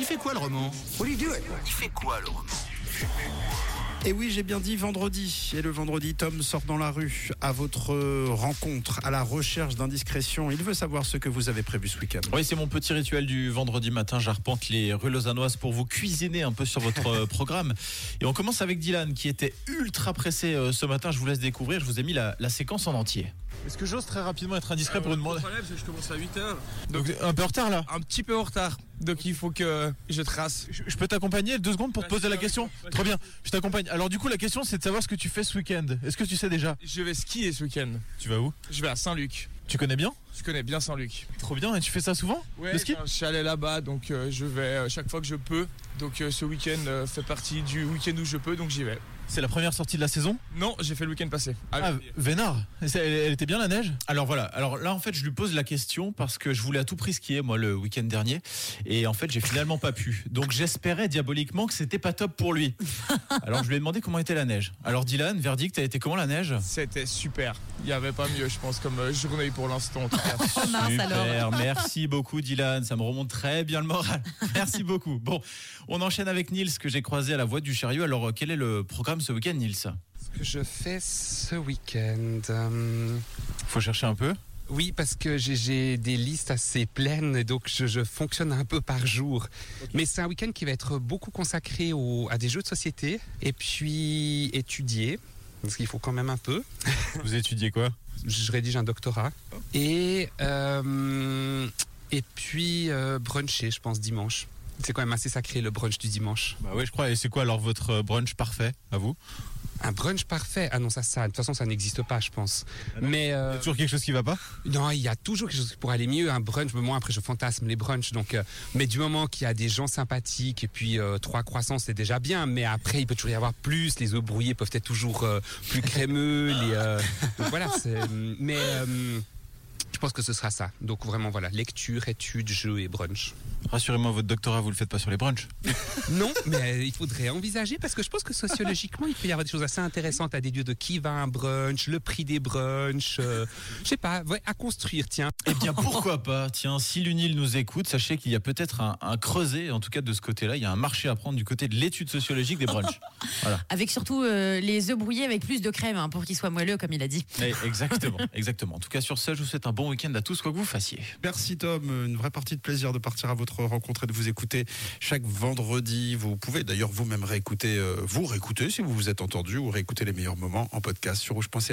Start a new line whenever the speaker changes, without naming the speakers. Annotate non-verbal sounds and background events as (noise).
Il fait quoi le roman Il fait quoi le roman
Et Eh oui, j'ai bien dit vendredi. Et le vendredi, Tom sort dans la rue à votre euh, rencontre, à la recherche d'indiscrétion. Il veut savoir ce que vous avez prévu ce week-end.
Oui, c'est mon petit rituel du vendredi matin. J'arpente les rues lausannoises pour vous cuisiner un peu sur votre euh, programme. Et on commence avec Dylan qui était ultra pressé euh, ce matin. Je vous laisse découvrir. Je vous ai mis la, la séquence en entier. Est-ce que j'ose très rapidement être indiscret pour une demande
problème, c'est que je commence à 8h.
Donc un peu en retard là.
Un petit peu en retard. Donc il faut que je trace.
Je, je peux t'accompagner deux secondes pour te
Vas-y,
poser la
vas-y,
question.
vas-y.
Très bien, je t'accompagne. Alors du coup, la question c'est de savoir ce que tu fais ce week-end. Est-ce que tu sais déjà
Je vais skier ce week-end.
Tu vas où
Je vais à Saint-Luc.
Tu connais bien
Je connais bien Saint-Luc.
Trop bien. Et tu fais ça souvent
Ouais,
Le ski
j'ai un chalet là-bas, donc euh, je vais euh, chaque fois que je peux. Donc euh, ce week-end euh, fait partie du week-end où je peux, donc j'y vais.
C'est la première sortie de la saison.
Non, j'ai fait le week-end passé.
Ah,
Verviers.
Vénard Et ça, elle, elle était bien la neige Alors voilà, alors là en fait je lui pose la question parce que je voulais à tout prix skier moi le week-end dernier et en fait j'ai finalement pas pu. Donc j'espérais diaboliquement que c'était pas top pour (laughs) lui. Alors je lui ai demandé comment était la neige. Alors Dylan, verdict, elle était comment la neige
C'était super. Il n'y avait pas mieux, je pense, comme euh, journée pour l'instant. en tout (laughs) cas.
Super, merci beaucoup Dylan, ça me remonte très bien le moral. Merci beaucoup. Bon, on enchaîne avec Nils que j'ai croisé à la voie du chariot. Alors euh, quel est le programme ce week-end Nils
que je fais ce week-end euh,
Faut chercher un peu.
Oui, parce que j'ai- j'ai des listes assez pleines, et donc je, je fonctionne un peu par jour. Mais c'est un week-end qui va être beaucoup consacré au- à des jeux de société, et puis étudier, parce qu'il faut quand même un peu.
Vous étudiez quoi
Je rédige un doctorat. Et, euh, et puis euh, bruncher, je pense, dimanche. C'est quand même assez sacré le brunch du dimanche.
Bah oui je crois. Et c'est quoi alors votre brunch parfait à vous
Un brunch parfait. Ah non, ça, ça, de toute façon, ça n'existe pas, je pense. Mais euh,
Toujours quelque chose qui va pas
Non, il y a toujours quelque chose pour aller mieux. Un brunch, mais moi après je fantasme les brunchs. Donc, euh, mais du moment qu'il y a des gens sympathiques et puis euh, trois croissants, c'est déjà bien. Mais après, il peut toujours y avoir plus. Les œufs brouillés peuvent être toujours euh, plus crémeux. les, euh, donc voilà. c'est- Mais euh, je pense que ce sera ça. Donc vraiment voilà, lecture, études, jeux et brunch.
Rassurez-moi, votre doctorat, vous le faites pas sur les brunchs.
Non, mais euh, il faudrait envisager parce que je pense que sociologiquement, il peut y avoir des choses assez intéressantes à déduire de qui va à un brunch, le prix des brunchs. euh, je sais pas, ouais, à construire. Tiens.
Eh bien, pourquoi pas Tiens, si l'UNIL nous écoute, sachez qu'il y a peut-être un, un creuset, en tout cas de ce côté-là, il y a un marché à prendre du côté de l'étude sociologique des brunchs.
Avec surtout euh, les œufs brouillés avec plus de crème hein, pour qu'ils soient moelleux, comme il a dit.
(laughs) Eh, exactement, (laughs) exactement. En tout cas, sur ça, je vous souhaite un bon week-end à tous, quoi que vous fassiez.
Merci Tom, une vraie partie de plaisir de partir à votre rencontre et de vous écouter chaque vendredi. Vous pouvez d'ailleurs vous-même réécouter, euh, vous réécouter si vous vous êtes entendu ou réécouter les meilleurs moments en podcast sur rouge.ca.